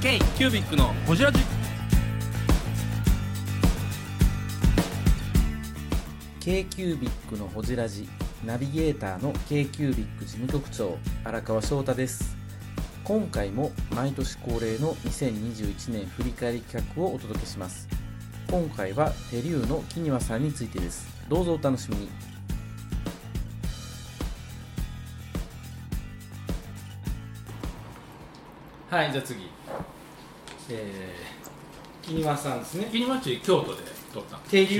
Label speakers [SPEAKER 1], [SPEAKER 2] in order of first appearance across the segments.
[SPEAKER 1] K キュービックのホジラジ
[SPEAKER 2] 京急ビックのほじラジナビゲーターの京急ビック事務局長荒川翔太です今回も毎年恒例の2021年振り返り企画をお届けします今回は手竜の木庭さんについてですどうぞお楽しみにはいじゃあ次えー、木庭さんですね
[SPEAKER 1] キニマッチ京都で撮った
[SPEAKER 2] 手竜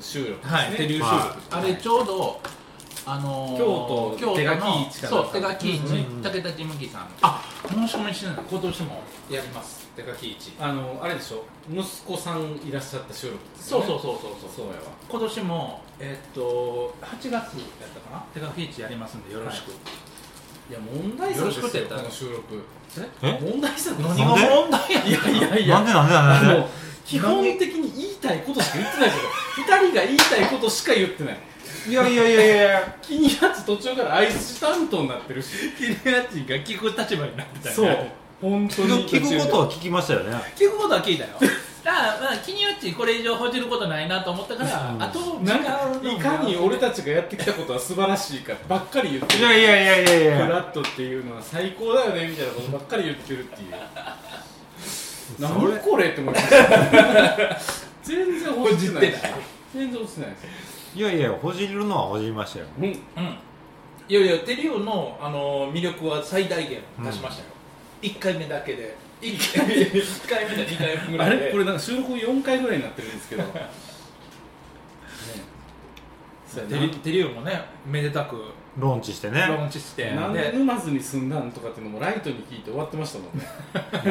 [SPEAKER 2] 収録ですね
[SPEAKER 1] はい手流収録
[SPEAKER 3] は
[SPEAKER 1] あ
[SPEAKER 3] い
[SPEAKER 1] れちょうどあのー
[SPEAKER 2] 京都
[SPEAKER 1] 京都の
[SPEAKER 2] 手書き市からだ
[SPEAKER 1] そ
[SPEAKER 2] っ
[SPEAKER 1] う
[SPEAKER 2] た
[SPEAKER 1] 手書き市
[SPEAKER 3] う
[SPEAKER 1] 武
[SPEAKER 3] ん
[SPEAKER 1] 田事務機さんあ申し込みしてない今年も
[SPEAKER 2] やります手書き一あのあれでしょ息子さんいらっしゃった収録です
[SPEAKER 1] そ
[SPEAKER 2] よ
[SPEAKER 1] う
[SPEAKER 2] ね
[SPEAKER 1] そうそうそうそう
[SPEAKER 2] そうやわ
[SPEAKER 1] 今年もえーっと8月やったかな手書き市やりますんでよろしく
[SPEAKER 2] いや問題
[SPEAKER 1] よ
[SPEAKER 2] 作
[SPEAKER 1] ろ
[SPEAKER 2] で
[SPEAKER 1] しくっ
[SPEAKER 2] す
[SPEAKER 1] て
[SPEAKER 2] よ
[SPEAKER 1] 言った
[SPEAKER 2] こ
[SPEAKER 1] ら
[SPEAKER 2] の収録
[SPEAKER 3] え
[SPEAKER 2] 問題作です
[SPEAKER 1] 何
[SPEAKER 3] なんで
[SPEAKER 1] が問題やねん
[SPEAKER 2] いやいやい
[SPEAKER 3] な
[SPEAKER 2] や
[SPEAKER 3] んでなんでな
[SPEAKER 2] あ
[SPEAKER 3] んでなん
[SPEAKER 2] の
[SPEAKER 3] で
[SPEAKER 2] 基本的に言いたいことしか言ってないけど二人が言いたいことしか言ってない
[SPEAKER 3] いやいやいやいやいや
[SPEAKER 2] 気になつ途中からアイス担当になってるし
[SPEAKER 1] キリアチが聞く立場になってた
[SPEAKER 2] そう本当に
[SPEAKER 3] 聞くこと
[SPEAKER 2] は
[SPEAKER 3] は聞きましたよね
[SPEAKER 1] 聞くことは聞いたよだから、まあ、キニアッチこれ以上ほじることないなと思ったから、
[SPEAKER 3] うん
[SPEAKER 1] あと違う
[SPEAKER 2] なんか
[SPEAKER 1] の
[SPEAKER 2] いかに俺たちがやってきたことは素晴らしいかばっかり言ってる
[SPEAKER 3] いやいやいやいやい
[SPEAKER 2] フ
[SPEAKER 3] や
[SPEAKER 2] ラットっていうのは最高だよねみたいなことばっかり言ってるっていう
[SPEAKER 3] それ
[SPEAKER 2] 何これって思いました全然落ちてない
[SPEAKER 1] ほじってない
[SPEAKER 2] 全然落ちてないですよ
[SPEAKER 3] いやいやほじるのはほじりましたよ
[SPEAKER 2] うん
[SPEAKER 1] うんいやいやテリオの、あのー魅力は最大限出しましたよ、一1回目だけで 1, 回目と2回目ぐ
[SPEAKER 2] あ
[SPEAKER 1] らいで
[SPEAKER 2] れこれなんか収録4回ぐらいになってるんですけどねそうや
[SPEAKER 1] テ
[SPEAKER 2] な
[SPEAKER 1] リテリオもねめでたく
[SPEAKER 3] ローンチして
[SPEAKER 1] ロ
[SPEAKER 3] ね
[SPEAKER 1] ーンチして
[SPEAKER 2] なんで
[SPEAKER 1] で
[SPEAKER 2] 沼津に住んだんとかっていうのもライトに聞いて終わってましたもん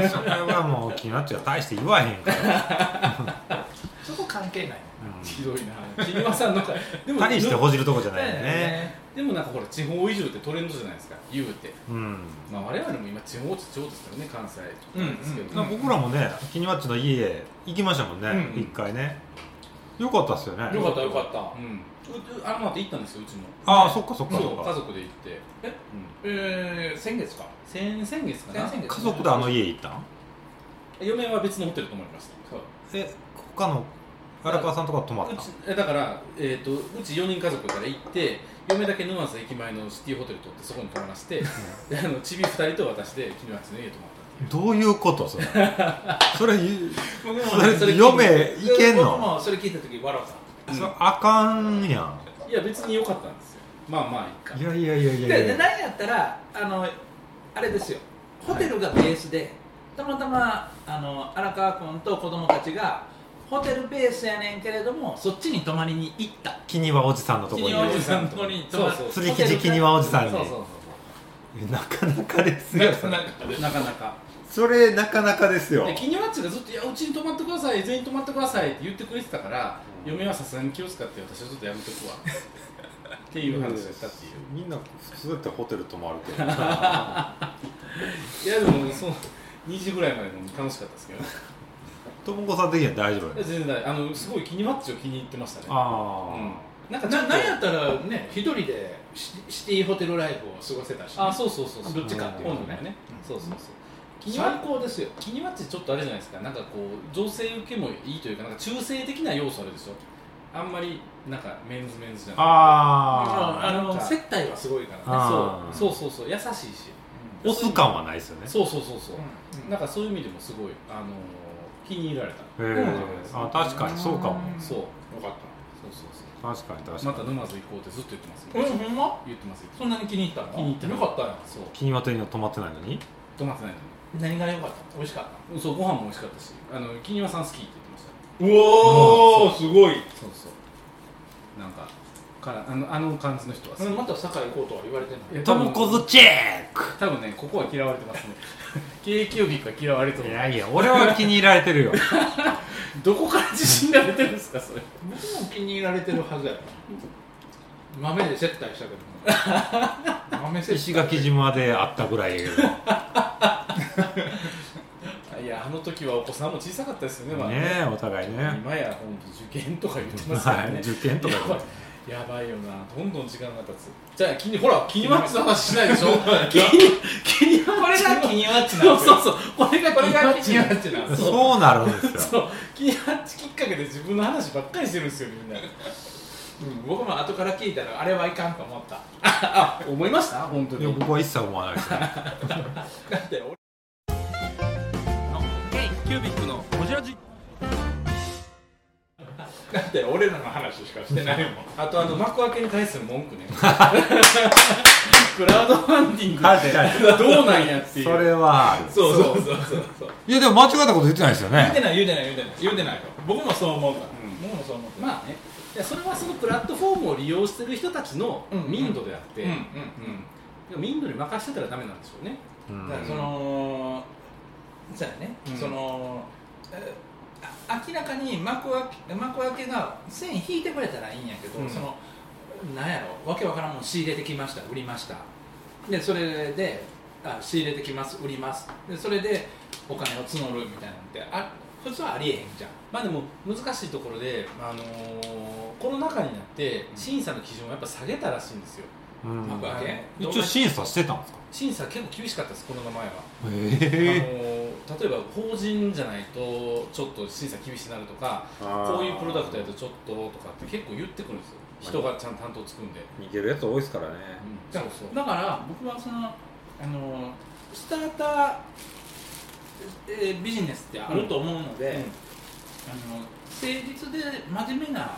[SPEAKER 2] ね
[SPEAKER 3] それはもう気になっちゃう大して言わへんから、
[SPEAKER 1] そこ関係ない
[SPEAKER 2] ひどいな木庭さんのかで
[SPEAKER 3] うん、
[SPEAKER 2] も
[SPEAKER 3] 大してほじるとこじゃないよね
[SPEAKER 2] でもなんかほら地方移住ってトレンドじゃないですか言うて
[SPEAKER 3] うん
[SPEAKER 2] まあ我々も今地方地方ですからね関西
[SPEAKER 1] うん
[SPEAKER 2] ですけど、
[SPEAKER 1] うん
[SPEAKER 3] なんか僕らもねキニワッチの家へ行きましたもんね
[SPEAKER 2] うん
[SPEAKER 3] 一、回ねよかったっすよね
[SPEAKER 1] よかったよかった、
[SPEAKER 2] うん、うあの後行ったんですようちも
[SPEAKER 3] ああそっかそっか
[SPEAKER 2] そ
[SPEAKER 3] そうっ
[SPEAKER 2] 家
[SPEAKER 3] か
[SPEAKER 2] 族で行って
[SPEAKER 1] え
[SPEAKER 2] うん
[SPEAKER 1] えー、先月か
[SPEAKER 2] 先先月かな
[SPEAKER 1] 先々月
[SPEAKER 3] 家族であの家行ったん
[SPEAKER 2] 嫁は別のホテルと思いました
[SPEAKER 1] そう
[SPEAKER 3] え他の荒川さんとか泊まっ
[SPEAKER 2] う
[SPEAKER 3] た
[SPEAKER 2] ちえだから、えー、とうち4人家族から行って嫁だけ沼津駅前のシティホテル取ってそこに泊まらせて、であのちび2人と私で木の町の家泊まったっていう
[SPEAKER 3] どういうことそれそれ言う
[SPEAKER 1] 僕も
[SPEAKER 3] それ
[SPEAKER 1] それ聞いて
[SPEAKER 3] 嫁いけんの
[SPEAKER 1] 僕もそれ聞いた時笑った
[SPEAKER 2] うん
[SPEAKER 3] それあかんやん
[SPEAKER 2] いや別に良かったんですよまあまあいいか
[SPEAKER 3] いやいやいやいやい
[SPEAKER 1] で
[SPEAKER 3] や
[SPEAKER 1] 何やったらあのあれですよホテルがベースで、たまたまあの荒川君と子供たちがホテルベースやねんけれどもそっちに泊まりに行った
[SPEAKER 3] キニワおじさんのとこ
[SPEAKER 1] キ
[SPEAKER 3] に
[SPEAKER 1] ニワおじさんのとこに泊ま
[SPEAKER 2] そうそう
[SPEAKER 3] 釣り基地キニワおじさんに
[SPEAKER 2] そうそう
[SPEAKER 3] なかなかです
[SPEAKER 1] な
[SPEAKER 3] よ
[SPEAKER 1] かなか
[SPEAKER 2] そうなかなか
[SPEAKER 3] それなかなかですよ
[SPEAKER 2] でキニワッチがずっと「いやうちに泊まってください全員泊まってください」って言ってくれてたから、嫁はさすがに気を使って私はちょっとやめとくわ っていう話だったっていう、
[SPEAKER 3] みんな普通だってホテル泊まるけ ど
[SPEAKER 2] いやでもその2時ぐらいまでも楽しかったですけどね
[SPEAKER 3] ともこさん的には大丈夫
[SPEAKER 2] いや全然大あのすごい気にマッチを気に入ってましたねう
[SPEAKER 3] あ
[SPEAKER 2] んなんかちょ
[SPEAKER 1] な
[SPEAKER 2] っと
[SPEAKER 1] なんやったらね一人でシシティホテルライフを過ごせたしね、
[SPEAKER 2] あそうそうそうそう
[SPEAKER 1] どっちかっていうと
[SPEAKER 2] 本人
[SPEAKER 1] ね
[SPEAKER 2] はね、
[SPEAKER 1] うん
[SPEAKER 2] そうそうそう気に
[SPEAKER 1] 最
[SPEAKER 2] マ
[SPEAKER 1] 高ですよ
[SPEAKER 2] 気にマッチちょっとあれじゃないですかなんかこう女性受けもいいというかなんか中性的な要素あるでしょあんまりなんかメンズメンズじゃない
[SPEAKER 3] ああ
[SPEAKER 1] あの
[SPEAKER 2] なんか
[SPEAKER 1] 接待はすごいからね
[SPEAKER 3] あー
[SPEAKER 2] そうそうそうそう優しいし
[SPEAKER 3] 押す感はないですよね
[SPEAKER 2] そうそうそうそうう、
[SPEAKER 1] ん
[SPEAKER 2] なんかそういう意味でもすごいあのー気に入られた、
[SPEAKER 3] へえあ確かにそうかも
[SPEAKER 1] うん
[SPEAKER 2] そうよ
[SPEAKER 1] かっ
[SPEAKER 2] そうそうそう
[SPEAKER 3] 確かに確
[SPEAKER 2] ま
[SPEAKER 3] か
[SPEAKER 2] た
[SPEAKER 3] に
[SPEAKER 2] 沼津行こうってずっと言ってます
[SPEAKER 1] うんほんま
[SPEAKER 2] 言ってます言って
[SPEAKER 1] そんなに気に入ったの
[SPEAKER 2] 気に入った
[SPEAKER 1] よかったよ
[SPEAKER 2] ますそう
[SPEAKER 3] 金和亭には泊まってないのに
[SPEAKER 2] 止まってないのに
[SPEAKER 1] 何が良かった美味しかった
[SPEAKER 2] そうご飯も美味しかったしあの金庭さん好きって言ってました
[SPEAKER 1] うおーすごい
[SPEAKER 2] そうそうなんかからあのあの感じの人は好き、
[SPEAKER 1] また堺行こうとは言われてない
[SPEAKER 2] いや
[SPEAKER 3] と
[SPEAKER 2] 多
[SPEAKER 3] も
[SPEAKER 2] 分
[SPEAKER 3] こずチェック
[SPEAKER 2] 多分ねここは嫌われてますね k q ビックは嫌われて
[SPEAKER 3] い
[SPEAKER 2] る
[SPEAKER 3] やいや俺は気に入られてるよ
[SPEAKER 2] どこから自信が出てるんですかそれ
[SPEAKER 1] 僕も気に入られてるはずや豆で接待したけど豆接待
[SPEAKER 3] 石垣島で会ったぐらいやけど
[SPEAKER 2] いやあの時はお子さんも小さ かったですよね,、まあ、
[SPEAKER 3] ねえお互いね
[SPEAKER 2] 今や本当受験とか言ってますから
[SPEAKER 3] は
[SPEAKER 2] ね
[SPEAKER 3] い受験とか
[SPEAKER 2] やばい
[SPEAKER 4] やばいよなどんどん時間が経つじゃあ気にほら気にマッチの話しない でしょ
[SPEAKER 1] 気に気にこれが気にワッチなんです
[SPEAKER 4] そう
[SPEAKER 1] よ
[SPEAKER 4] そうそうこれが
[SPEAKER 1] これが
[SPEAKER 4] 気にマッチなんですよ
[SPEAKER 3] そうなるんですよ
[SPEAKER 4] そう気にマッチきっかけで自分の話ばっかりしてるんですよみんな、うん、僕も後から聞いたらあれはいかんと思ったああ思いました本当
[SPEAKER 3] い
[SPEAKER 4] に
[SPEAKER 3] や僕は一切思わないですね
[SPEAKER 4] だって俺
[SPEAKER 5] キュービックのホジラジ
[SPEAKER 4] だって俺らの話しかしてないもん あとあの幕開けに対する文句ねクラウドファンディングっ
[SPEAKER 3] 確かに
[SPEAKER 4] て どうなんやっていう
[SPEAKER 3] それはある
[SPEAKER 4] そうそうそうそうそう
[SPEAKER 3] いやでも間違ったこと言ってないですよ
[SPEAKER 4] 言うて
[SPEAKER 3] ね
[SPEAKER 4] ない言うてない言うてない言うてないよ僕もそう思うから、僕もそう思うから
[SPEAKER 2] まあねいやそれはそのプラットフォームを利用してる人たちの民度であって、
[SPEAKER 4] うんうん
[SPEAKER 2] でも民度に任せてたらダメなんでしょうね
[SPEAKER 3] うん
[SPEAKER 1] だからそのそうやね、
[SPEAKER 4] うん
[SPEAKER 1] そのえあ明らかに幕開け幕開けが線引いてくれたらいいんやけど、
[SPEAKER 4] うん
[SPEAKER 1] そのなんやろわけわからんもん仕入れてきました売りましたでそれであ仕入れてきます売りますでそれでお金を募るみたいなのってあ普通はありえへんじゃん
[SPEAKER 2] まあでも難しいところで、あのーコロナ禍になって審査の基準をやっぱ下げたらしいんですよ
[SPEAKER 3] うん
[SPEAKER 1] 幕開け、
[SPEAKER 2] どう
[SPEAKER 3] 一応審査してたんですか
[SPEAKER 2] 審査結構厳しかったですこの名前は、あの
[SPEAKER 3] へ
[SPEAKER 2] ー例えば法人じゃないとちょっと審査厳しくなるとか
[SPEAKER 3] え
[SPEAKER 2] こういうプロダクトやとちょっととかって結構言ってくるんですよ人がちゃんと担当つくんで、
[SPEAKER 3] 似てるやつ多いですからね
[SPEAKER 2] うん
[SPEAKER 1] だ
[SPEAKER 2] そう
[SPEAKER 1] から
[SPEAKER 2] そう
[SPEAKER 1] だから僕はそのあのスターター、えービジネスってあると思うので、
[SPEAKER 2] うん
[SPEAKER 1] あの誠実で真面目な、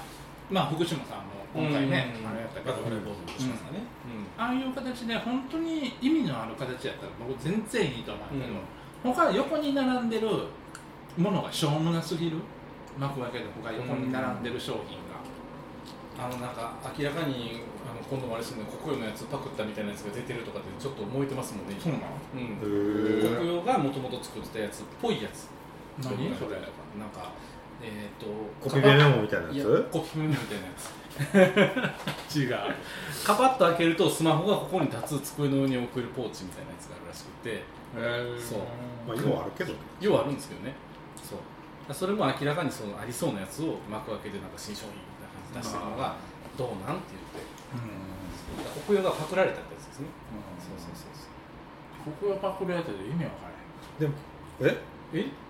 [SPEAKER 1] まあ、福島さんも今回ね、
[SPEAKER 2] うん
[SPEAKER 1] あれやったけ
[SPEAKER 2] バ
[SPEAKER 1] ど、
[SPEAKER 2] カバカレポーズもしますからね、うん
[SPEAKER 1] ああいう形で本当に意味のある形やったら僕全然いいと思うんだけど、他横に並んでるものがしょうもなすぎる幕開けで他横に並んでる商品が、
[SPEAKER 2] あのなんか明らかにあの今度もあれですね国用のやつパクったみたいなやつが出てるとかってちょっと燃えてますもんね
[SPEAKER 1] そうなの
[SPEAKER 2] うん
[SPEAKER 3] へ
[SPEAKER 2] 国用がもともと作ってたやつっぽいやつ
[SPEAKER 1] 何そ
[SPEAKER 2] とか
[SPEAKER 1] れ
[SPEAKER 2] なんかえっ、と
[SPEAKER 3] コピペメモみたいなや
[SPEAKER 2] いや
[SPEAKER 3] つ
[SPEAKER 2] コピペメモみたいなやつ 違うカパッと開けるとスマホがここに立つ机の上に置けるポーチみたいなやつがあるらしくてそう
[SPEAKER 3] まあ要はあるけどね
[SPEAKER 2] 要はあるんですけどねそうだからそれも明らかにそのありそうなやつを幕開けでなんか新商品みたいな感じで出してるのがどうなんって言ってだから国用がパクられたってやつですねそうそうそうそう
[SPEAKER 1] 僕はパクられたで意味わからへん
[SPEAKER 3] でもえ
[SPEAKER 2] え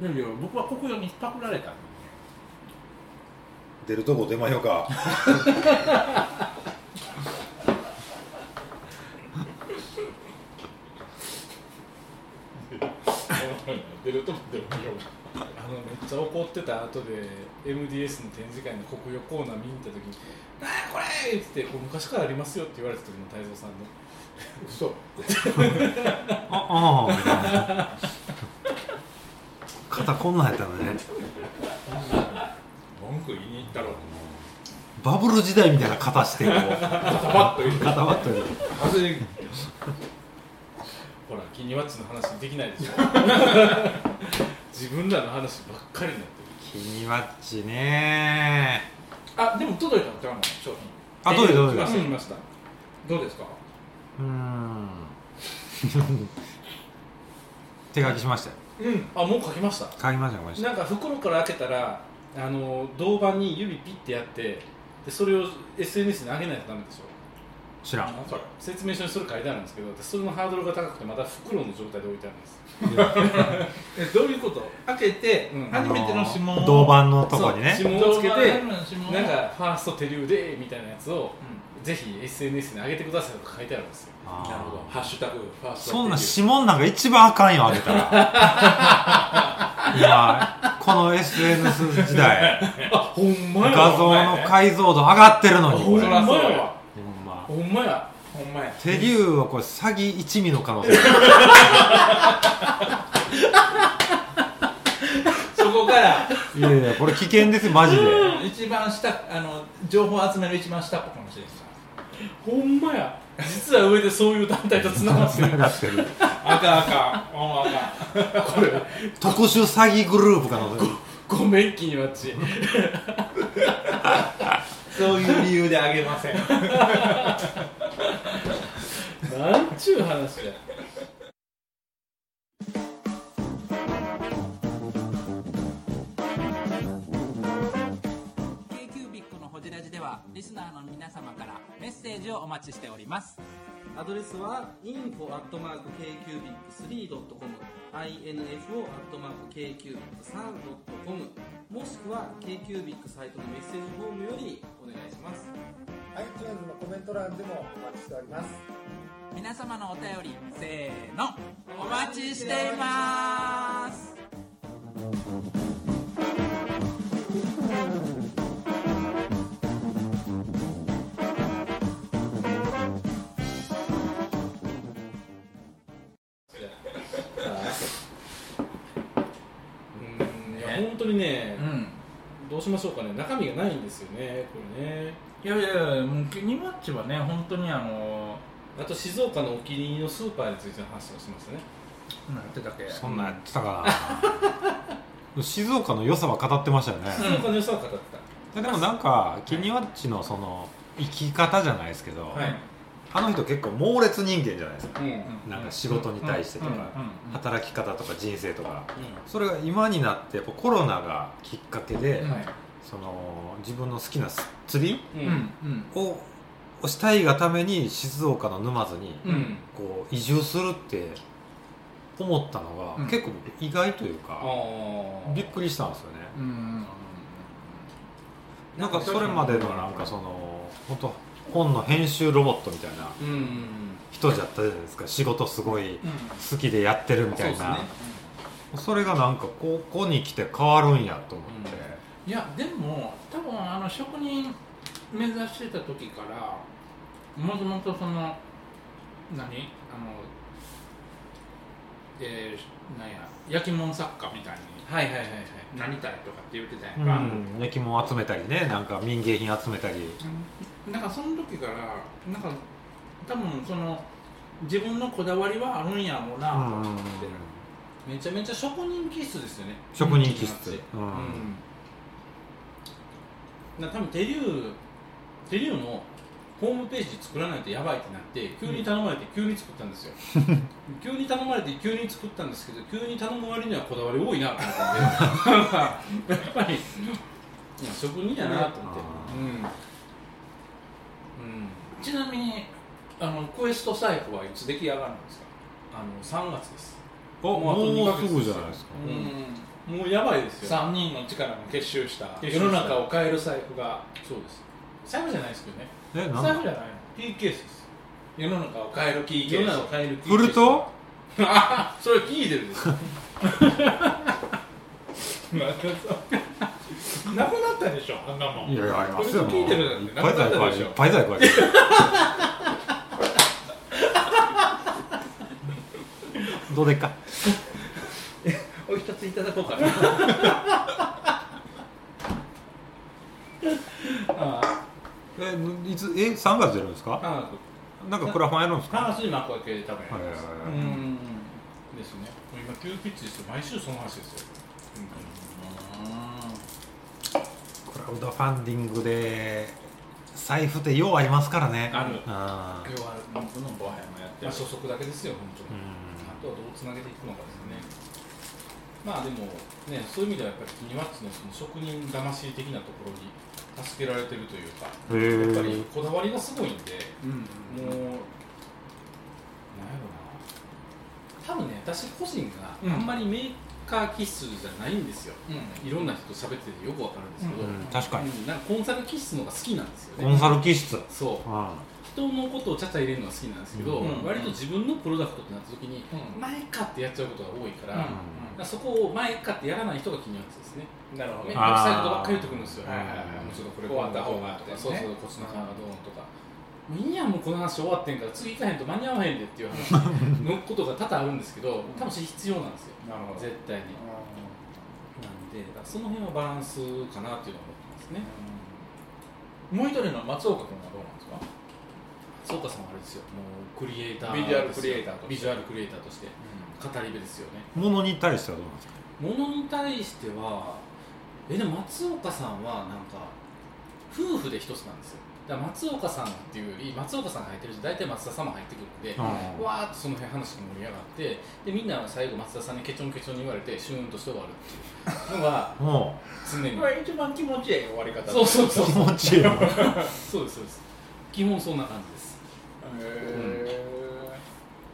[SPEAKER 1] いやいや僕は国用にパクられた
[SPEAKER 3] 出るとこ出まようか
[SPEAKER 4] 出ると思ってもいいよ
[SPEAKER 2] あのめっちゃ怒ってた後で MDS の展示会の国用コーナー見に行った時に「ああこれ!」って言って「これ昔からありますよ」って言われた時の太蔵さんの
[SPEAKER 4] 嘘
[SPEAKER 3] あああみたいな肩こんなんやったのね
[SPEAKER 4] 文句言いに行ったろ
[SPEAKER 3] バブル時代みたいな肩してこう
[SPEAKER 4] パパッと言って
[SPEAKER 3] 肩ばっとる
[SPEAKER 4] 外れ
[SPEAKER 2] ほらキニワッチの話できないでしょ自分らの話ばっかりになってる
[SPEAKER 3] キニワッチね
[SPEAKER 1] あでも届いたのちゃうの商品
[SPEAKER 3] あどうでどう
[SPEAKER 2] 来
[SPEAKER 3] で
[SPEAKER 2] ま
[SPEAKER 3] う
[SPEAKER 2] した来ました、
[SPEAKER 1] どうですか
[SPEAKER 3] ーん手書きしましたよ
[SPEAKER 2] うん、あもう書きました
[SPEAKER 3] 書きましたよこれ
[SPEAKER 2] なんか袋から開けたらあの銅板に指ピッてやってでそれを SNS に上げないとダメでしょ
[SPEAKER 3] 知らん
[SPEAKER 4] それ
[SPEAKER 2] 説明書にそれ書いてあるんですけど私それのハードルが高くてまだ袋の状態で置いてあるんです
[SPEAKER 1] えどういうこと開けて、
[SPEAKER 2] うん
[SPEAKER 1] 初めての指紋を
[SPEAKER 3] 銅板のとこにね
[SPEAKER 2] そう指紋をつけ
[SPEAKER 1] 銅板
[SPEAKER 2] て
[SPEAKER 1] の指紋を
[SPEAKER 2] なんかファースト手榴でみたいなやつを、ぜひ SNS に上げてくださいとか書いてあるんですよ
[SPEAKER 3] あー
[SPEAKER 4] なるほどハッシュタグファースト
[SPEAKER 3] そんな指紋なんか一番あかんよあげたら今この SNS 時代
[SPEAKER 2] あほんまや
[SPEAKER 3] 画像の解像度上がってるのに
[SPEAKER 2] ほ
[SPEAKER 3] こ
[SPEAKER 2] ん
[SPEAKER 3] れ
[SPEAKER 2] ま
[SPEAKER 3] ほ
[SPEAKER 2] や
[SPEAKER 3] んま
[SPEAKER 2] ほんまや
[SPEAKER 1] ほんまや
[SPEAKER 3] 手竜はこれ詐欺一味の可能性
[SPEAKER 1] そこから
[SPEAKER 3] いやいやこれ危険ですよマジで
[SPEAKER 1] 一番下あの情報を集める一番下っぽかもしれない
[SPEAKER 2] ほんまや実は上でそういう団体とつながってる
[SPEAKER 3] 繋がってる
[SPEAKER 1] あかんあかんほんまあかん
[SPEAKER 2] これ
[SPEAKER 3] 特殊詐欺グループ可能性
[SPEAKER 2] ごめんキニワッチ
[SPEAKER 1] そういう理由であげま せん
[SPEAKER 2] なんちゅう話や
[SPEAKER 6] のホジラジではリスナー
[SPEAKER 1] 待ちしております
[SPEAKER 6] アドレスは info.kcubic3.com info.kcubic3.com もしくは KQBIC サイトのメッセージフォームよりお願いします
[SPEAKER 7] iTunes のコメント欄でもお待ちしております
[SPEAKER 1] 皆様のお便りせーのお待ちしています
[SPEAKER 2] うんいや本当にね、
[SPEAKER 1] うん
[SPEAKER 2] どうしましょうかね中身がないんですよねこれね
[SPEAKER 1] いやいやいやもうニマッチはね本当にあの
[SPEAKER 2] あと静岡のお気に入りのスーパーについての話をしましたね
[SPEAKER 1] なんてだっけ
[SPEAKER 3] そんなんやってたかな静岡の良さは語ってましたよね
[SPEAKER 2] 静岡の良さを語ってた、
[SPEAKER 3] でもなんかキニワッチのその生き方じゃないですけど、
[SPEAKER 2] はい
[SPEAKER 3] あの人結構猛烈人間じゃないですか
[SPEAKER 2] うん
[SPEAKER 3] なんか仕事に対してとか、
[SPEAKER 1] うんうんうん
[SPEAKER 3] 働き方とか人生とか、それが今になってやっぱコロナがきっかけで、
[SPEAKER 1] はい
[SPEAKER 3] その自分の好きな釣り
[SPEAKER 2] う
[SPEAKER 1] うんんうん
[SPEAKER 3] ををしたいがために静岡の沼津に
[SPEAKER 1] うん
[SPEAKER 3] こう移住するって思ったのが、
[SPEAKER 1] うん
[SPEAKER 3] 結構僕意外という
[SPEAKER 2] あ
[SPEAKER 3] か、
[SPEAKER 2] あ
[SPEAKER 3] びっくりしたんですよね、
[SPEAKER 1] うん
[SPEAKER 3] なんかそれまでのなんかその本当本の編集ロボットみたいな
[SPEAKER 2] うんうん
[SPEAKER 3] 人じゃったじゃないですか仕事すごい好きでやってるみたいな、
[SPEAKER 2] そうで
[SPEAKER 3] それがなんかここに来て変わるんやと思っ
[SPEAKER 1] い
[SPEAKER 3] て、
[SPEAKER 1] やでも多分あの職人目指してた時からもともとその何あのえー、なんや焼き物作家みたい
[SPEAKER 2] はいはいはいはい
[SPEAKER 1] になりたいとかって言ってたや
[SPEAKER 3] うん
[SPEAKER 1] か、
[SPEAKER 3] ん、焼き物集めたりねなんか民芸品集めたり
[SPEAKER 1] なんかその時からなんか多分その自分のこだわりはあるんやろうなと
[SPEAKER 3] うん
[SPEAKER 1] 思ってる、
[SPEAKER 2] めちゃめちゃ職人気質ですよね
[SPEAKER 3] 職人気質、うん
[SPEAKER 2] な多分手竜手竜のホームページ作らないとやばいってなって急に頼まれて急に作ったんです よ、急に頼まれて急に作ったんですけど急に頼む割にはこだわり多いなと 思ったんでやっぱりいや職人やなと思って
[SPEAKER 3] あ
[SPEAKER 2] うん、うん、
[SPEAKER 1] ちなみにあのクエストサイクはいつ出来上がるんですか
[SPEAKER 2] あの3月です
[SPEAKER 3] お
[SPEAKER 2] もうあと二
[SPEAKER 3] も
[SPEAKER 2] ヶ
[SPEAKER 3] う
[SPEAKER 2] 月
[SPEAKER 3] すぐじゃないですか
[SPEAKER 2] うんもうやばいですよ
[SPEAKER 1] 3人の力も結集した
[SPEAKER 2] 結集
[SPEAKER 1] 世
[SPEAKER 2] した
[SPEAKER 1] の中を変える財布が
[SPEAKER 2] そうです財布じゃないですけどね
[SPEAKER 3] えなん
[SPEAKER 1] 財
[SPEAKER 3] だ
[SPEAKER 1] 布じゃないの
[SPEAKER 2] キーケースです
[SPEAKER 1] 世の中を変えるキーケ
[SPEAKER 2] 世の
[SPEAKER 1] ー
[SPEAKER 2] 中を変えるキーケー
[SPEAKER 3] 振
[SPEAKER 2] ス
[SPEAKER 3] ると
[SPEAKER 2] あそれ聞いてるです な
[SPEAKER 1] スなくなったでしょあんなもん
[SPEAKER 3] いやいやありますよ
[SPEAKER 1] これ聞いてるなん
[SPEAKER 3] い
[SPEAKER 1] て
[SPEAKER 3] っぱい在庫あるいっぱい在庫あるどうでっか
[SPEAKER 1] お一ついただこうかな
[SPEAKER 3] えいつえ3月出るんですか
[SPEAKER 2] あ
[SPEAKER 3] なんかクラファンやるんですか
[SPEAKER 2] 話に幕開けで多分や
[SPEAKER 3] はい
[SPEAKER 2] り
[SPEAKER 3] はい
[SPEAKER 2] ます、
[SPEAKER 3] はい
[SPEAKER 1] うん
[SPEAKER 2] ですねもう今急ピッチですよ毎週その話ですよ、
[SPEAKER 3] クラウドファンディングで財布ってようありますからね
[SPEAKER 2] ある
[SPEAKER 3] あ
[SPEAKER 1] 今日はこのボハヤもやってる
[SPEAKER 2] まあ、初速だけですよ本当
[SPEAKER 3] う
[SPEAKER 2] に、あ
[SPEAKER 3] ん
[SPEAKER 2] とはどうつなげていくのかですよねまあでもねそういう意味ではやっぱりキニワッツのその職人魂的なところに助けられてるというかや
[SPEAKER 3] へえ
[SPEAKER 2] っぱりこだわりがすごいんで、
[SPEAKER 1] うん
[SPEAKER 2] もう、なんやろな、多分ね、私個人が
[SPEAKER 1] うん
[SPEAKER 2] あんまりメーカー気質じゃないんですよ、
[SPEAKER 1] うん
[SPEAKER 2] いろんな人と喋っててよくわかるんですけど、
[SPEAKER 3] う
[SPEAKER 2] うん
[SPEAKER 3] 確かに
[SPEAKER 2] んなんかコンサル気質の方が好きなんですよ
[SPEAKER 3] コン
[SPEAKER 2] ね。
[SPEAKER 3] サル気質うん
[SPEAKER 2] そう人のことをちゃちゃ入れるのが好きなんですけど、
[SPEAKER 1] うん
[SPEAKER 2] 割と自分のプロダクトってなった時に、
[SPEAKER 1] う
[SPEAKER 2] 前かってやっちゃうことが多いか
[SPEAKER 1] う
[SPEAKER 2] ら、
[SPEAKER 1] ん
[SPEAKER 2] だからそこを前かってやらない人が気になるんですね。
[SPEAKER 1] なるほ
[SPEAKER 2] め
[SPEAKER 1] ど
[SPEAKER 2] んどくさいことばっかり言ってくるんですよ、
[SPEAKER 3] はいはいはい
[SPEAKER 2] もうちょっとこれ
[SPEAKER 1] 終わった方が
[SPEAKER 2] と
[SPEAKER 1] ってね
[SPEAKER 2] か、そうそう、こっちの花がどうのとか、もういいやん、もうこの話終わってんから、次行かへんと間に合わへんでっていう話のことが多々あるんですけど、多分それ必要なんですよ、
[SPEAKER 1] なるほど
[SPEAKER 2] 絶対に。なんで、だからその辺はバランスかなっていうのは思ってますね。
[SPEAKER 1] もう一人の松岡君はどうなんですか
[SPEAKER 2] そうかさんはあれですよ、もうクリエイター
[SPEAKER 1] ビジュアルクリエイターとして
[SPEAKER 2] ビジュアルクリエイターとして、語り部ですよね。
[SPEAKER 3] ものに対してはどうなんですか
[SPEAKER 2] ものに対してはえでも松岡さんはなんか夫婦で一つなんですよだから松岡さんっていうより松岡さんが入ってると大体松田さんも入ってくるんで、
[SPEAKER 3] うん
[SPEAKER 2] わーっとその辺話が盛り上がってでみんな最後松田さんにケチョンケチョンに言われてシューンとして終わるっていうのが
[SPEAKER 3] も
[SPEAKER 2] 常 に
[SPEAKER 1] これ一番気持ちいい終わり方
[SPEAKER 2] そうそう
[SPEAKER 3] う
[SPEAKER 2] そう
[SPEAKER 3] 気持ちいいよ
[SPEAKER 2] そうですそうです基本そんな感じです
[SPEAKER 1] へ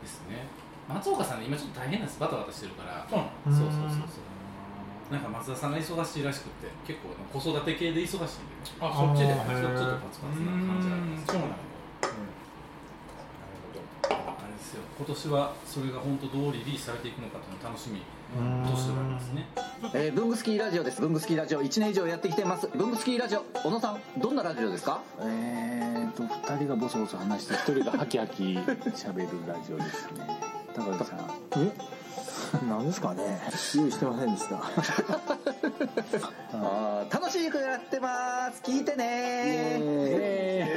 [SPEAKER 2] ですね松岡さんね今ちょっと大変なんですバタバタしてるから
[SPEAKER 1] ーそうなの
[SPEAKER 2] そうそうそう
[SPEAKER 3] う
[SPEAKER 2] そうな
[SPEAKER 3] ん
[SPEAKER 2] んか松田さんが忙しいらしくって結構子育て系で忙しいんでね
[SPEAKER 1] あそっちで
[SPEAKER 3] あー
[SPEAKER 2] ちょっとち
[SPEAKER 3] へ
[SPEAKER 2] ょっ
[SPEAKER 3] ー
[SPEAKER 2] とパツパツな感じがあります
[SPEAKER 1] うんそうなの
[SPEAKER 2] あれですよ今年はそれが本当どうリリースされていくのかっていうの楽しみ
[SPEAKER 3] うん
[SPEAKER 2] としておりますね
[SPEAKER 8] えー、ブングスキーラジオです。ブングスキーラジオ1年以上やってきてます。ブングスキーラジオ、小野さん、どんなラジオですかえーと、2人がボソボソ話して、1人がハキハキ喋るラジオですね。高木さん。えなんですかね用意してませんでした。あー楽しい曲やってます。聞いてね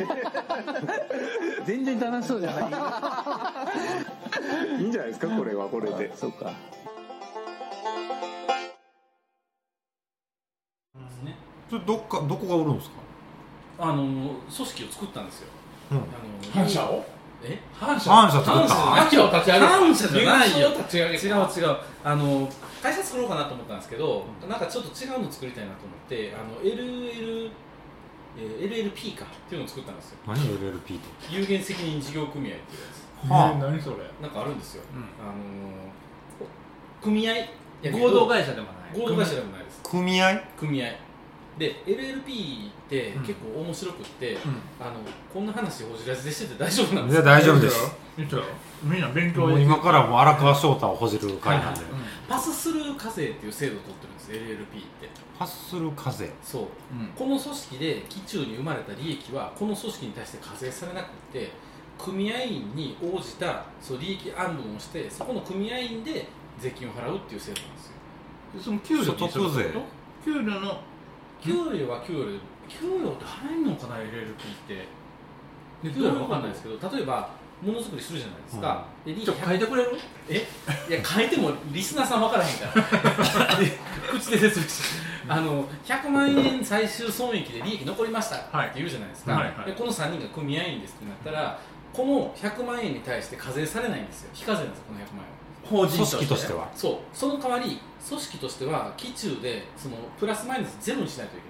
[SPEAKER 8] 全然楽しそうじゃない。いいんじゃないですか、これはこれで。そうか。
[SPEAKER 3] それどっかどこが売るんですか
[SPEAKER 2] あの組織を作ったんですよ、
[SPEAKER 3] うん
[SPEAKER 2] あの
[SPEAKER 1] 反射を
[SPEAKER 2] え
[SPEAKER 1] 反射
[SPEAKER 3] 反社作った
[SPEAKER 2] 反
[SPEAKER 1] 反射を立ち上げる
[SPEAKER 2] 反社じゃない
[SPEAKER 1] 反社
[SPEAKER 2] よ
[SPEAKER 1] を立ち上げる
[SPEAKER 2] 違う違うあの会社作ろうかなと思ったんですけど、なんかちょっと違うの作りたいなと思ってあの LL えー LLP かっていうのを作ったんですよ
[SPEAKER 3] 何 LLP って
[SPEAKER 2] 有限責任事業組合っていうや
[SPEAKER 3] はあ
[SPEAKER 1] えー何それ
[SPEAKER 2] つなんかあるんですよ、
[SPEAKER 1] うん
[SPEAKER 2] あの組合
[SPEAKER 4] や
[SPEAKER 2] 合同
[SPEAKER 4] 会社でもな
[SPEAKER 2] 合同会社でもないです
[SPEAKER 3] 組合
[SPEAKER 2] 組合で LLP って結構面白くって、あのこんな話ほじらじでしてて大丈夫なんで
[SPEAKER 3] い
[SPEAKER 2] す
[SPEAKER 3] や
[SPEAKER 2] か
[SPEAKER 3] 大丈夫です
[SPEAKER 1] 見てよみんな勉強
[SPEAKER 3] もう今からもう荒川翔太をほじる会なんで、
[SPEAKER 2] パススルー課税っていう制度を取ってるんです LLP って
[SPEAKER 3] パスする風
[SPEAKER 2] そう、この組織で基中に生まれた利益はこの組織に対して課税されなくって組合員に応じたそう利益案分をしてそこの組合員で税金を払うっていう制度なんですよ
[SPEAKER 4] その給料っていつだったの
[SPEAKER 3] 所得税
[SPEAKER 4] 給料の
[SPEAKER 2] 給料は給料給料って払えるのかな LLP って
[SPEAKER 1] で
[SPEAKER 2] 給料は分かんないですけど例えばものづくりするじゃないですか、で利益
[SPEAKER 1] ちょ書いてくれる
[SPEAKER 2] えいや変えてもリスナーさん分からへんからで口で説明してあの100万円最終損益で利益残りましたって言うじゃないですか、
[SPEAKER 4] はいはい
[SPEAKER 2] でこの3人が組合員ですってなったらこの100万円に対して課税されないんですよ非課税なんですよこの100万円は
[SPEAKER 4] 法人
[SPEAKER 3] 組織としては
[SPEAKER 2] そうその代わり組織としては基中でそのプラスマイナスゼロにしないとい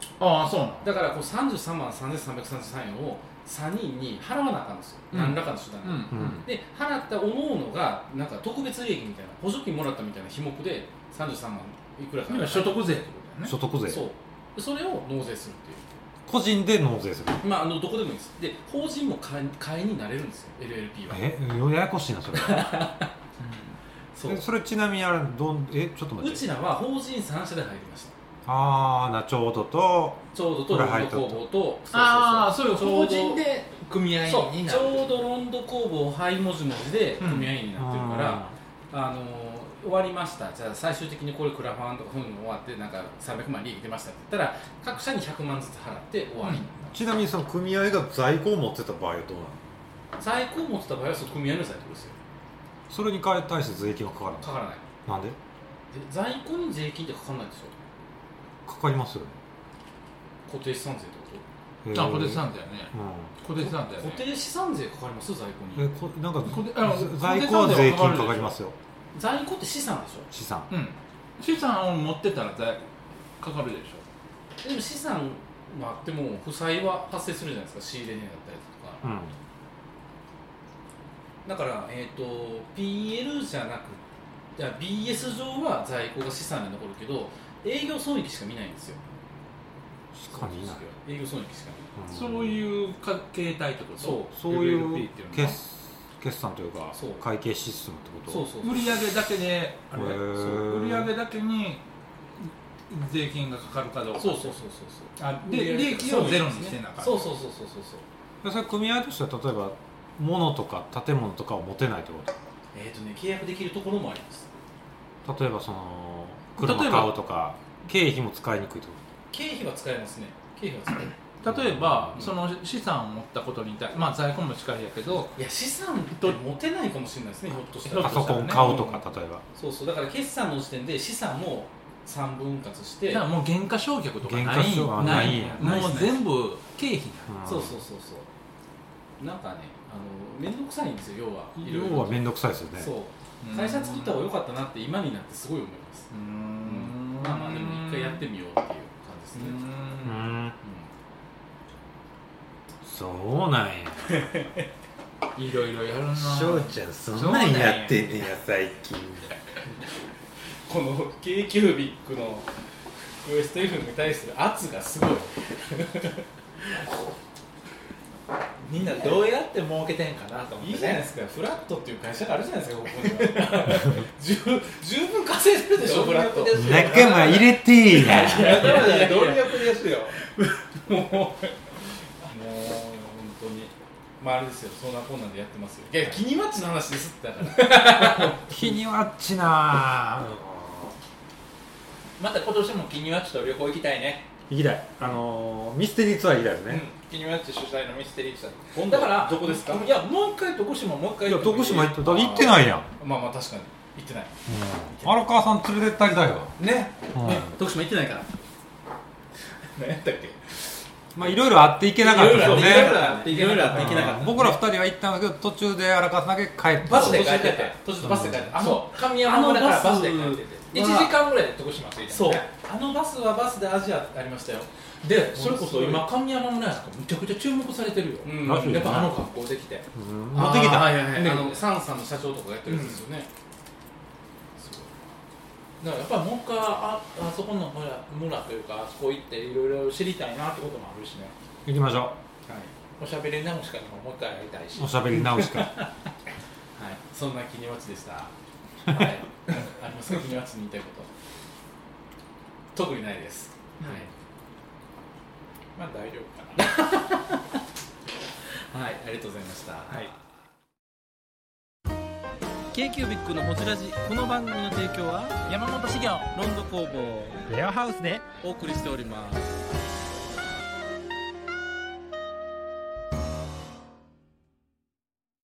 [SPEAKER 2] けない
[SPEAKER 4] ああそうなの
[SPEAKER 2] だからこう33万3333円を3人に払わなあかんんですよ、
[SPEAKER 4] うん
[SPEAKER 2] 何らかの手段で、
[SPEAKER 3] うん
[SPEAKER 2] で払った各々がなんか特別利益みたいな補助金もらったみたいな費目で33万いくらか
[SPEAKER 1] 今所得税ってことだよね
[SPEAKER 3] 所得税
[SPEAKER 2] そうでそれを納税するって
[SPEAKER 3] 個人で納税する
[SPEAKER 2] いうまああのどこでもいいですで法人も会会員になれるんですよ LLP は
[SPEAKER 3] えややこしいなそれ
[SPEAKER 2] そう
[SPEAKER 3] えそれちなみにあれどんえちょっと待
[SPEAKER 2] う
[SPEAKER 3] って
[SPEAKER 2] ちらは法人3社で入りました
[SPEAKER 3] ああなちょうどと
[SPEAKER 2] ちょうどと
[SPEAKER 3] これ
[SPEAKER 2] ロン
[SPEAKER 3] 入
[SPEAKER 2] ド
[SPEAKER 3] っとった
[SPEAKER 2] 工房と
[SPEAKER 4] ああそういう
[SPEAKER 2] ちょうど
[SPEAKER 4] 法人で
[SPEAKER 1] 組合
[SPEAKER 2] そう
[SPEAKER 1] 員にな
[SPEAKER 2] ち
[SPEAKER 1] る
[SPEAKER 2] ょうどロンド工房はいもじもじで組合員になってるから、あのー終わりましたじゃあ最終的にこれクラファンとかそういうの終わってなんか300万利益出ましたって言ったら各社に100万ずつ払って終わり、
[SPEAKER 3] ちなみにその組合が在庫を持ってた場合はどうなの
[SPEAKER 2] 在庫を持ってた場合はその組合の在庫ですよ
[SPEAKER 3] それに対して税金がかかる
[SPEAKER 2] かからない
[SPEAKER 3] のなんで
[SPEAKER 2] で在庫に税金ってかからないでしょ
[SPEAKER 3] かかりますよね
[SPEAKER 2] 固定資産税ってこ
[SPEAKER 3] え
[SPEAKER 4] あこれさんだよね
[SPEAKER 3] う
[SPEAKER 4] これさんだ
[SPEAKER 2] と
[SPEAKER 4] よね
[SPEAKER 2] 固定資産税かかります在庫
[SPEAKER 3] んえ
[SPEAKER 2] に
[SPEAKER 3] こなんか
[SPEAKER 4] これあの
[SPEAKER 3] 在庫は
[SPEAKER 4] 固定資産税
[SPEAKER 3] 税金か
[SPEAKER 4] はかかるでしょ
[SPEAKER 3] かりますよ
[SPEAKER 2] 在庫って資産でし
[SPEAKER 3] 資産
[SPEAKER 4] うん資産を持ってたら在かかるでし
[SPEAKER 2] ょでも資産はあっても負債は発生するじゃないですか仕入れ値だったりとか
[SPEAKER 3] うん
[SPEAKER 2] だから、えー、と PL じゃなくいや BS 上は在庫が資産に残るけど営業損益しか見ないんですよ
[SPEAKER 3] しかにいない、
[SPEAKER 2] 営業損益しか見
[SPEAKER 3] う
[SPEAKER 4] ょ
[SPEAKER 3] ん
[SPEAKER 4] そういうか形態ってこと
[SPEAKER 2] そう
[SPEAKER 3] そういう
[SPEAKER 4] LLP
[SPEAKER 3] 決
[SPEAKER 4] っていうのは
[SPEAKER 3] 決算というか
[SPEAKER 2] そう
[SPEAKER 3] 会計システムってこと
[SPEAKER 2] そうそうそう
[SPEAKER 4] 売上だけであれ
[SPEAKER 3] へー
[SPEAKER 4] そう売上だけに税金がかかるかどうか
[SPEAKER 2] そうそうそうそう
[SPEAKER 4] あ
[SPEAKER 2] そう
[SPEAKER 4] で
[SPEAKER 2] 売上
[SPEAKER 4] 利益をゼロにしてなあかった
[SPEAKER 2] そうそうそうそうそうそう
[SPEAKER 3] でそれ組合としては例えば物とか建物とかを持てないってこ
[SPEAKER 2] えっ、とね契約できるところもあります
[SPEAKER 3] と例えばその
[SPEAKER 4] 例えば
[SPEAKER 3] 車買うとか経費も使いにくいってこ
[SPEAKER 2] 経費は使えますね経費は使える
[SPEAKER 4] 例えば、
[SPEAKER 2] うん
[SPEAKER 4] その資産を持ったことに対して、まあ、在庫も近いやけど
[SPEAKER 2] いや資産って持てないかもしれないですねひょっとした
[SPEAKER 3] と
[SPEAKER 2] ら
[SPEAKER 3] パソコン買うとか例えば
[SPEAKER 2] そうそうだから決算の時点で資産を3分割して
[SPEAKER 4] じゃあもう減価償却とかない
[SPEAKER 3] 減価償却はない
[SPEAKER 4] ないもう全部経費
[SPEAKER 3] うん
[SPEAKER 2] そうそうそうそうなんかねあの面倒くさいんですよ要は
[SPEAKER 3] 要は面倒くさいですよね
[SPEAKER 2] そう
[SPEAKER 4] だ
[SPEAKER 2] 会社作った方が良かったなって今になってすごい思います
[SPEAKER 4] うーん
[SPEAKER 2] まあまあでも一回やってみようっていう感じです
[SPEAKER 4] う
[SPEAKER 2] ね
[SPEAKER 4] ー
[SPEAKER 3] うんんそうなんや
[SPEAKER 1] いろいろやるな
[SPEAKER 3] 翔ちゃんそんなんやってんねや最近
[SPEAKER 2] この k キュービックのウエスト FM に対する圧がす ごい
[SPEAKER 1] みんなどうやって儲けてんかなと思って
[SPEAKER 2] い
[SPEAKER 1] ね
[SPEAKER 2] いじゃないですかフラットっていう会社があるじゃないですかここには 十分十分稼いでるでしょフラット
[SPEAKER 1] ですよ
[SPEAKER 3] 仲間入れてーや
[SPEAKER 1] だからだよ貪欲ですよ
[SPEAKER 2] もう本当にまああれですよそんなこんなんでやってますよいや気にマッチの話ですってだから
[SPEAKER 3] 気にはっちな
[SPEAKER 1] また今年もキニワッチと旅行行きたいね、
[SPEAKER 3] ー行きたいあのーミステリーツアー行きたいです
[SPEAKER 1] うん
[SPEAKER 3] ね、、
[SPEAKER 1] キニワッチ主催のミステリーツアー
[SPEAKER 2] 今
[SPEAKER 1] だ
[SPEAKER 2] 度
[SPEAKER 1] から
[SPEAKER 2] はどこですか
[SPEAKER 1] いやもう一回徳島もう一回
[SPEAKER 3] いや徳島行
[SPEAKER 1] っ
[SPEAKER 3] っただって行ってないやん、
[SPEAKER 2] まあまあ確かに行ってない
[SPEAKER 3] 荒川さん連れてってあげたいわ、
[SPEAKER 2] ね
[SPEAKER 3] うん
[SPEAKER 5] 徳島行ってないから
[SPEAKER 2] 何やったっけ
[SPEAKER 3] まあいろいろあって行けなかったですよね
[SPEAKER 2] いろいろあって
[SPEAKER 5] いろいろあって行けなかった
[SPEAKER 3] うん僕ら二人は行ったんですけど途中で荒川さんだけ帰って
[SPEAKER 1] バスで帰ってて
[SPEAKER 2] 途中でバスで帰ってあの
[SPEAKER 1] そう神山村からバスで帰ってて
[SPEAKER 5] あ
[SPEAKER 1] 1
[SPEAKER 5] のバス
[SPEAKER 1] 時間ぐらいで徳島着いたよね
[SPEAKER 2] そうあのバスはバスでアジアありましたよ
[SPEAKER 1] でそれこそ今神山村やんかむちゃくちゃ注目されてるよ、
[SPEAKER 2] ん
[SPEAKER 3] らしいね
[SPEAKER 1] やっぱあの格好できて
[SPEAKER 3] うん持ってき
[SPEAKER 5] あ
[SPEAKER 3] た
[SPEAKER 5] ーはいはいはい
[SPEAKER 1] ね
[SPEAKER 5] あのサンさんの社長とかがやってるやつですよね、
[SPEAKER 1] だからやっぱりもう一回ああそこのほら村というかあそこ行っていろいろ知りたいなってこともあるしね
[SPEAKER 3] 行きましょ
[SPEAKER 1] おしゃべり直しかにももう一回やりたい し
[SPEAKER 3] うおしゃべり直しから
[SPEAKER 2] はいそんな気に落ちでしたはいありますか気に落ちに言いたいこと特にないですはい
[SPEAKER 1] まあ大丈夫かな
[SPEAKER 2] はいありがとうございましたはい
[SPEAKER 9] k q b i c のホジラジこの番組の提供は山本資源ロンド工房
[SPEAKER 3] レアハウスで
[SPEAKER 9] お送りしております